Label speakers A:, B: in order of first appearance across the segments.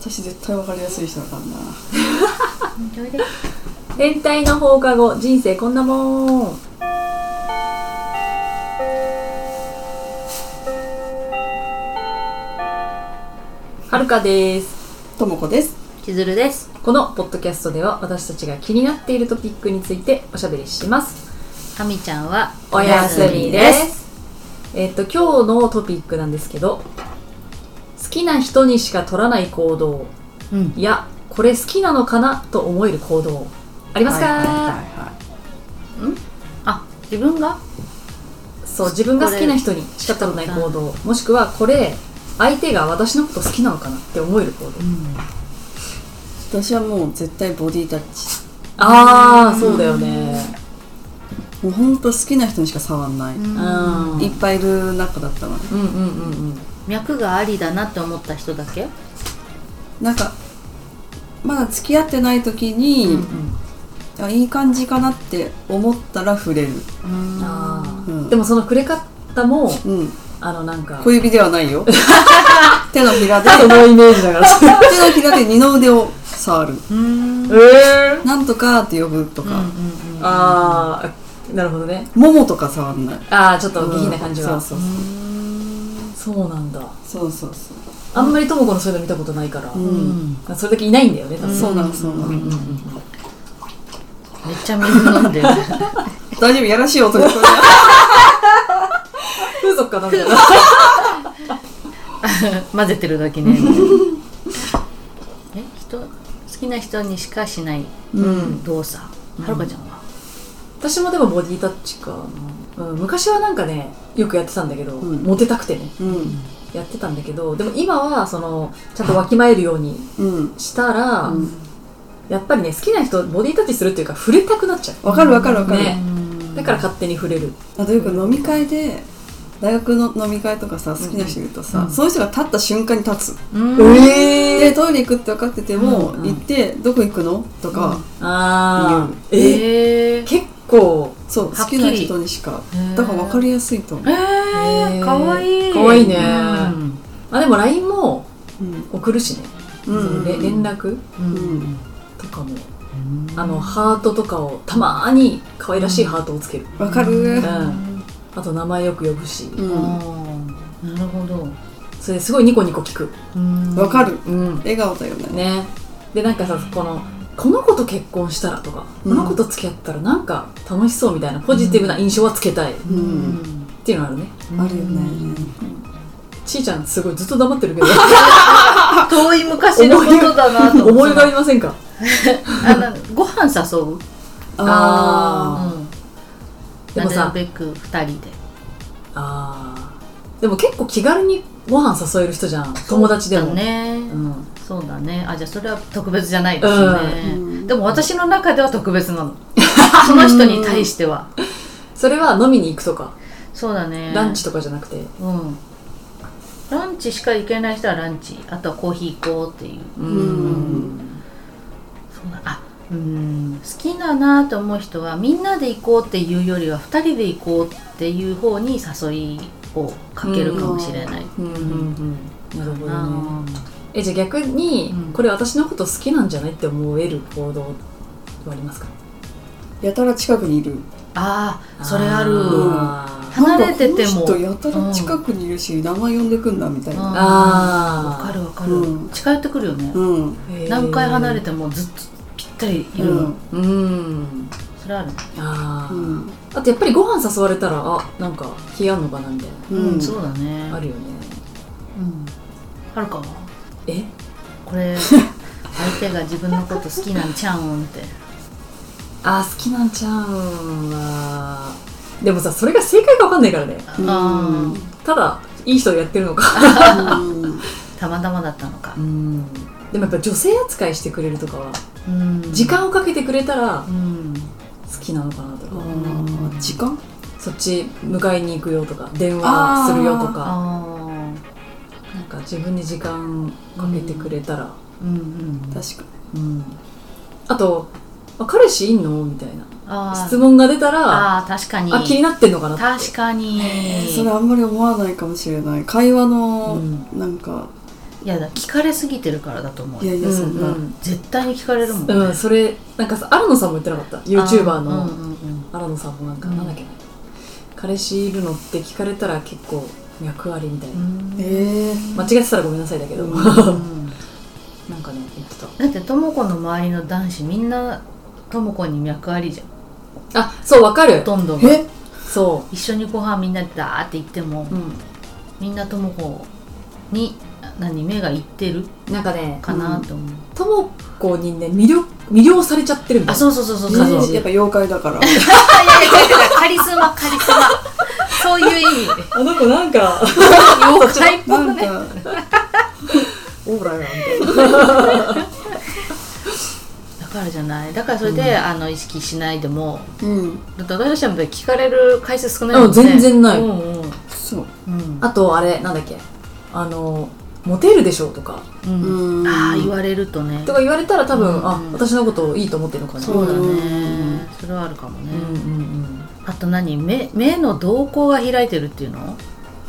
A: 私絶対分かりやすい人だからな
B: 本当です
C: 変態の放課後人生こんなもんはるかです
A: ともこです
B: 千鶴です
C: このポッドキャストでは私たちが気になっているトピックについておしゃべりします
B: かみちゃんは
C: おやすみですえっと今日のトピックなんですけど好きな人にしか取らない行動
B: うん
C: いやこれ好きなのかなと思える行動ありますか、
A: はいはいはい
B: あ自分が
C: そう自分が好きな人にしか取らない行動もしくはこれ相手が私のこと好きなのかなって思える行動
B: うん
A: 私はもう絶対ボディタッチ
C: ああそうだよね
A: もうほんと好きな人にしか触んない、
C: う
B: うん
C: うん
A: いっぱいいる中だったので
C: うんうんうん
B: 脈がありだなって思った人だけ
A: なんかまだ付き合ってない時に、あいい感じかなって思ったら触れる、
B: うん
C: ああ、
A: うん
C: でもその触れ方も
A: うん、
C: あのなんか
A: 小指ではないよ手のひらで
C: そのイメージだから
A: 手のひらで二の腕を触る
B: うんうん
C: ええ
A: なんとかって呼ぶとか、
B: うんうん
C: ああなるほどね
A: ももとか触んない
C: ああちょっと下品な感じは、
A: うんそうそう
C: そうなんだ
A: そうそうそうそう
C: あんまりともこのそういうの見たことないから、
A: ん
B: うん
C: それだけいないんだよね多分
A: そうなのそうなの、
C: うんうんうん
B: めっちゃ水飲んでる
A: 大丈夫やらしい音が聞こえない
C: 風俗かなんか な
B: 混ぜてるだけねえ人好きな人にしかしない
C: うん
B: 動作はるかちゃんは
C: 私もでもボディタッチかな、うん、昔はなんかねよくやってたんだけど、
A: うん
C: モテたくてね
A: うん
C: やってたんだけどでも今はそのちゃんとわきまえるように
A: うん
C: したら、やっぱりね好きな人ボディタッチするっていうか触れたくなっちゃう
A: わかるわかるわかる、
C: ね
B: うん
C: だから勝手に触れる
A: あとよく飲み会で大学の飲み会とかさ好きな人いるとさ、その人が立った瞬間に立つ、
B: うん
C: え
A: でトイレ行くって分かってても、
B: うんう
A: 行
B: ん
A: って「どこ行くの?」とか、
C: ああ
B: え
C: え
B: ー
C: 結構
A: そう
B: は
A: 好
B: っき
A: き
B: り
A: な人にしか
B: へー
A: だから分かりやすいと思う、
B: え
C: えー
B: ー、かわいい
C: かわいいね
B: うん
C: あでも LINE も
A: うん
C: 送るしね、
A: うん
C: そのれ連絡
B: うん
A: うん
C: とかも
B: うん
C: あのハートとかをたまーに可愛らしいハートをつける、
A: 分かる、
C: んあと名前よく呼ぶし、
A: うん
B: あーなるほど
C: それですごいニコニコ聞く
B: うん
A: 分かる
C: うん
A: 笑顔だよね
C: ねでなんかさこのこの子と結婚したらとか、
A: うん
C: この子と付き合ったらなんか楽しそうみたいなポジティブな印象はつけたいっ
B: う
A: うん
B: ん
C: ていうのあるね、
A: あるよね、
C: ちーちゃんすごいずっと黙ってるけど
B: 遠い昔のことだなと思
C: 思
B: っ
C: い
B: て
C: がありませんか
B: あなご飯誘う、うん、
C: あでも
B: な
C: さ
B: るべく二人で
C: あーでも結構気軽にご飯誘える人じゃん友達でも
B: そうだね
C: うん、
B: そうだねあじゃあそれは特別じゃないですね、
A: うん
B: でも私の中では特別 なのその人に対しては
C: それは飲みに行くとか、
B: そうだね
C: ランチとかじゃなくて
B: うんランチしか行けない人はランチあとはコーヒー行こうっていう
C: うん
B: そうだあうん好きだなと思う人はみんなで行こうっていうよりは2人で行こうっていう方に誘いをかけるかもしれない、
C: うんうんうんなるほ
B: あ
C: どね
B: の
C: えじゃあ逆に、
B: うん
C: これ私のこと好きなんじゃないって思える行動はありますか
A: やたら近くにいる
B: あーそれある
C: あー
B: 離れてても
A: なんかこの人やたら近くにいるし、名前呼んでくんだみたいな
B: わか
C: あ
B: るわかる、
A: うん
B: 近寄ってくるよね、
A: うん、
C: ーへー
B: 何回離れてもずっとぴったりいるの、
A: うん
C: うん
B: それある
C: あ
A: う
C: ー、
A: ん
C: あとやっぱりご飯誘われたらあなんか冷やんのかなみたい
A: うん
B: そうだね
C: なあるよね
B: うんあるかも
C: え
B: こ れ相手が自分のこと好きなんちゃうんって
C: あー好きなんちゃうんはでもさそれが正解か分かんないからね
B: あ
A: うん
B: あー
C: ただいい人やってるのか
A: うん
B: たまたまだったのか
C: うんでもやっぱ女性扱いしてくれるとかは
B: うん
C: 時間をかけてくれたら
B: うん
C: 好きなのかなとか、
A: あー時間
C: そっち迎えに行くよとか電話するよとか
B: あ
C: なんか自分に時間かけてくれたら、
B: ーうんうん
A: 確か
C: うんあとあ「彼氏いんの?」みたいな
B: あー
C: 質問が出たらあ
B: あー確かに
C: 気になってんのかなって
B: 確かに
A: にそれあんまり思わないかもしれない会話の
C: うん
A: なんか
B: いやだ聞かれすぎてるからだと思う
A: いやいやそんな、
C: うん
B: 絶対に聞かれるもん、ね
C: うん、それなんかさ新野さんも言ってなかったユーチューバー
B: あうん
C: の
B: うんうん
C: 新野さんもなんか、
B: うん
C: なんだっけな彼氏いるのって聞かれたら結構役割みたいな、
A: えー
C: 間違ってたらごめんなさいだけど、
A: うん
B: うん
C: なんかね言ってた
B: だってとも子の周りの男子みんなとも子に脈ありじゃん
C: あそうわかる
B: ほとんどが
A: え
C: そ
B: 一緒にご飯みんなでダーって行っても、
C: う、うん、
B: みんなとも子に何目がいってる
C: なんかね
B: かなと思う、
C: とも子にね魅了魅了されちゃってるみた
B: あ
C: いな
B: そうそうそうそう
A: え
B: そうそう
A: ーやっぱ妖怪だから
B: いやいや違う違うカリスマカリスマそういう意味
C: あの子なんか
B: 妖怪っ
A: な
B: ぽく
A: ん
B: ね
A: かオーラやみたいな
B: だからじゃないだからそれで、あの意識しないでも
A: うん
B: だって私たちの場合聞かれる回数少ないもん
C: うん
B: ね
C: 全然ない、
B: うんうん
A: そう
B: うん
C: あとあれなんだっけあのモテるでしょとか
B: うん
A: うん
B: ああ言われるとね
C: とか言われたら多分、
B: うん
C: あ私のことをいいと思ってるのかな
B: そうだね、
A: うん
B: それはあるかもね、
C: うんうんうん
B: あと何目目の瞳孔が開いてるっていうの
A: はい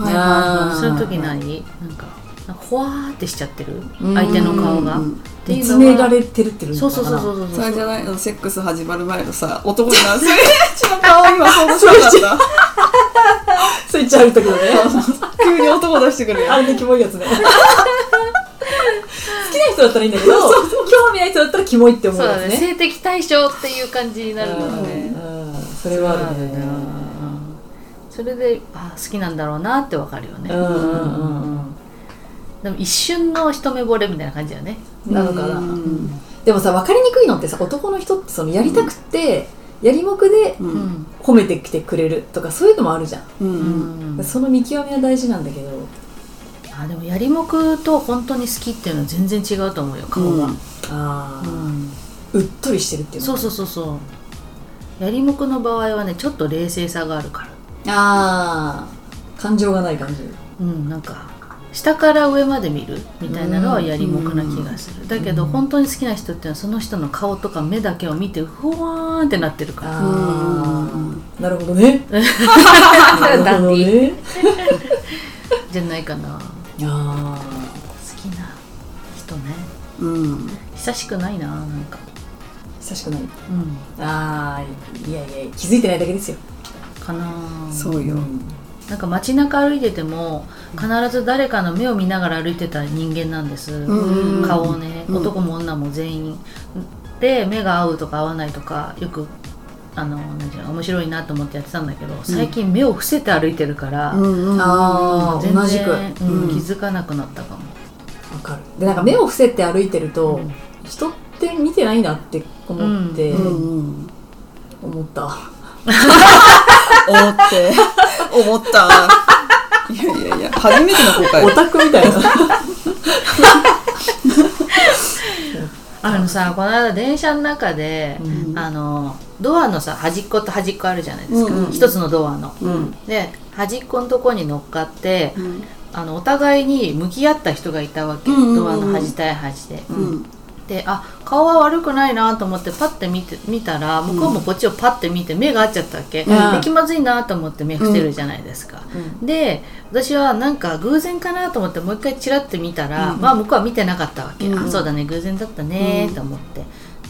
C: あー
B: その時何なんかなんかほわーってしちゃってる相手の顔が
A: う
B: っ
A: ん
B: ていう
C: 見つ
B: の
C: め
B: は
C: られてるっていうのか
B: そ
C: な
B: うそうそうそうそ
A: そ
B: うそう
A: れじゃないのセックス始まる前のさ男になそれちの顔今想像しなかっ
C: スイッチ入る時のね
A: た急に男出してくるよ
C: あれねキモいやつ ね好きな人だったらいいんだけど興味ない人だったらキモいって思う
B: そう
C: や
B: だね
C: つね
B: 性的対象っていう感じになるのが
A: だ
B: ね
C: うんうんそれはあるね
B: それであ好きなんだろうなってわかるよね、
C: うんうんうんうん
B: でも一瞬の一目惚れみたいな感じだよね
C: なのかな
A: うん
C: でもさ分かりにくいのってさ男の人ってそのやりたくて、やりもくで
A: う
B: うんん
C: 褒めてきてくれるとかそういうのもあるじゃん、
A: うん
B: う
A: うん
B: ん
C: その見極めは大事なんだけど
B: あでもやりもくと本当に好きっていうのは全然違うと思うよ顔が、
C: あ
B: う
C: ー
B: ん
C: うっとりしてるっていうの
B: そうそうそうそうやりもくの場合はねちょっと冷静さがあるから
C: ああ感情がない感じ
B: うんなんか下から上まで見るみたいなのはやりもくな気がするだけど本当に好きな人っていうのはその人の顔とか目だけを見てふわーんってなってるから
C: ああなるほどねなるほどね
B: じゃないかな
C: あ
B: 好きな人ね
A: うん
B: 久しくないななんか
C: ー久しくない
B: うん
C: あーいやいや気づいてないだけですよ、
B: かな
A: そうよ
B: なんか街中歩いてても必ず誰かの目を見ながら歩いてた人間なんです、
A: うん
B: 顔をね、
A: うん
B: 男も女も全員で目が合うとか合わないとかよくあのなんていうの面白いなと思ってやってたんだけど最近目を伏せて歩いてるから、
A: うんうん
C: ああ
B: 全然
C: 同じくわ
B: うん
A: うん
B: 気づかなくなったかも、
C: かるでなんか目を伏せて歩いてると、
B: うん
C: 人って見てないなって思って、
A: うんうん
C: 思った
A: 思って思ったいやいやいや初めての後
C: オ
A: 悔
C: タクみたいな
B: あのさこの間電車の中で、
C: うん
B: あのドアのさ端っこと端っこあるじゃないですか、
A: うんうん
B: 一つのドアの、
A: うん
B: で端っこのとこに乗っかって、
A: うん
B: あのお互いに向き合った人がいたわけ、
A: うんうんうん
B: ドアの端対端で、
A: うん
B: であ顔は悪くないなと思ってパッて見て見たら向こうもこっちをパッて見て目が合っちゃったわけ、
C: うん
B: で気まずいなと思って目伏せるじゃないですか、で私はなんか偶然かなと思ってもう一回チラッて見たら、
A: うん
B: まあ向こうは見てなかったわけ、
A: うん
B: あそうだね偶然だったねと思って、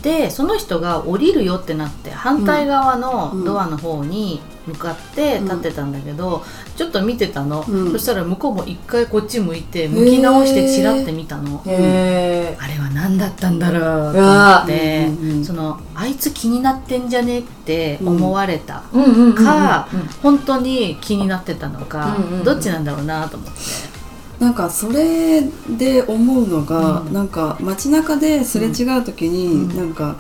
B: でその人が降りるよってなって反対側のドアの方に向かって立ってたんだけど、ちょっと見てたの、
A: うん
B: そしたら向こうも一回こっち向いて向き直してチラッて見たの、
C: へえ
B: あれは何だったんだろうと思
C: うわ
B: っ
A: ー
B: て、
A: うんうんうん
B: そのあいつ気になってんじゃねって思われた、
C: うんうんうんうん
B: か、本当に気になってたのか、
C: うんうんうん
B: どっちなんだろうなと思って、
A: なんかそれで思うのが、
B: うん
A: なんか街中ですれ違う時に、
B: うん
A: なんか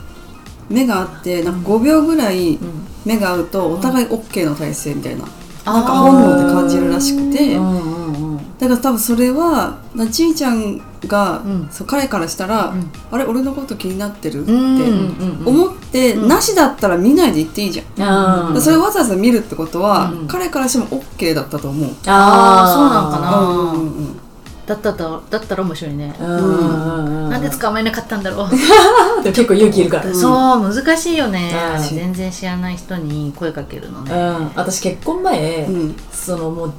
A: 目があってなんか5秒ぐらい
C: ん
A: 目が合うとお互い OK の体勢みたいな、なんか
B: あー
A: 本能で感じるらしくて、
C: うんうんうん
A: だから多分それはなちいちゃんが、
B: うん
A: そう彼からしたら、
B: うん
A: あれ俺のこと気になってるって
B: うん
C: うんうん
A: 思って、
B: うん
A: なしだったら見ないで言っていいじゃん、
C: あー
A: それをわざわざ見るってことは、
C: うん
A: 彼からしても OK だったと思う。うん
B: あー
A: うんうん
B: だったらだったら面白いね、
C: うんうんうん
B: なんで捕まえなかったんだろう、
C: でも結構勇気いるから
A: ん
B: そう難しいよね、
C: うん
B: あれ全然知らない人に声かけるのね、
C: うん私結婚前
A: うん
C: そのもう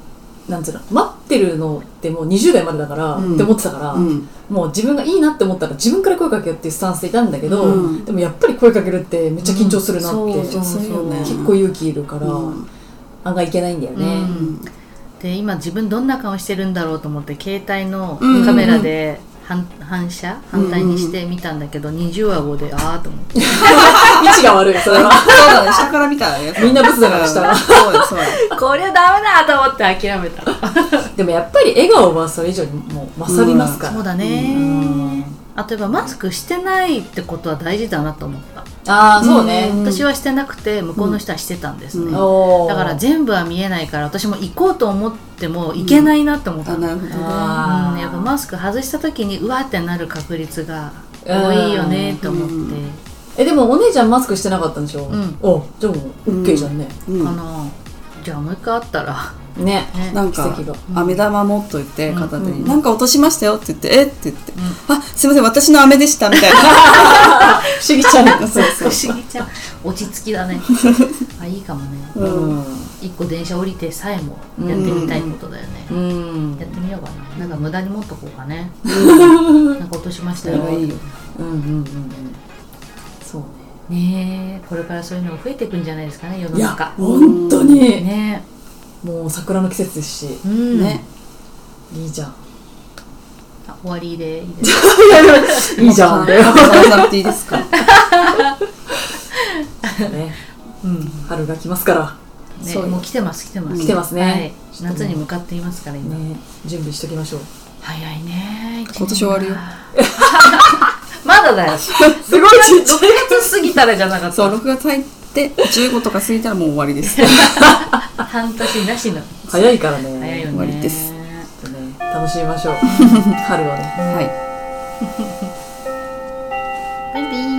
C: なんつうの待ってるのってもう20代までだから、
A: うん
C: って思ってたから、
A: うん
C: もう自分がいいなって思ったら自分から声かけようっていうスタンスでいたんだけど、
A: うん
C: でもやっぱり声かけるってめっちゃ緊張するなって、
B: そう
A: そ
B: そう
A: う
B: そう
A: よね
C: 結構勇気いるから、案外いけないんだよね、
B: う
A: うんん
B: で今自分どんな顔してるんだろうと思って携帯の
A: うん
B: カメラで反反射
A: うん
B: 反対にして見たんだけど20話後でああと思って
C: 位置が悪いそれは
A: そうだね、下から見たらね。
C: みんなブスだから下
A: うんそうだよ、そうだ よ。
B: こりゃダメだと思って諦めた
C: でもやっぱり笑顔はそれ以上にもう勝りますから、
B: そうだ
C: う
B: ね
C: ん
B: あとやっぱマスクしてないってことは大事だなと思った
C: ああそうね、
A: うん
B: 私はしてなくて向こうの人はしてたんですね、
A: うん
C: おー
B: だから全部は見えないから私も行こうと思っても行けないなと思った、
A: あ、
B: うん
A: なるほどね。
C: あー
B: やっぱマスク外した時にうわってなる確率が多いよねと思って、
A: うん
C: えでもお姉ちゃんマスクしてなかったんでしょ、
B: うん
C: おじゃあもうオッケーじゃんね、
A: うん
B: あのじゃあもう一回会ったら、
C: ね
B: ね
A: なん
C: 奇
A: か
C: 跡が、
B: うん
A: 飴玉持っといて、片手
C: うんうん
A: に。なんか落としましたよって言って、えって言って、あ、すいません、私の飴でした、みたいな。
C: 不思議ちゃん
A: そうそう
B: 不思議ちゃん落ち着きだ ねあいいかもね
A: うん
B: 一個電車降りてさえもやってみたいことだよね、
C: うん
B: やってみようかななんか無駄に持っとこうか ねなんか落としまし
A: そ
B: た
A: れ
B: よ
A: はいいよ。
C: うんうんうんうんそうね
B: ねえこれからそういうのが増えていくんじゃないですかね世の
C: いや
B: 中
C: 本当に、
B: ね
C: もう桜の季節ですし
B: えうん
A: ね。
C: いいじゃん
B: あ終わりでいいですか
C: いいじ ゃんだよ、
A: あそうなくていいですか。
C: ね、
B: うん
C: 春が来ますから
B: ね
A: そう
B: もう来てます来てます
A: 来て
C: ますね
B: はい夏に向かっていますから今、
C: ね準備しときましょう
B: 早いね
A: 今年終わるよ
B: ま だだよ
C: すごいちっちゃい
B: 6月過ぎたらじゃなかっ
A: そう、
B: た
A: 6月入って、15とか過ぎたらもう終わりです。
B: 半年なしの
C: 早いからね
B: 早いよね
A: 終わりです
C: ちょっとね楽 しみましょう春をね
A: はい。
B: バイビー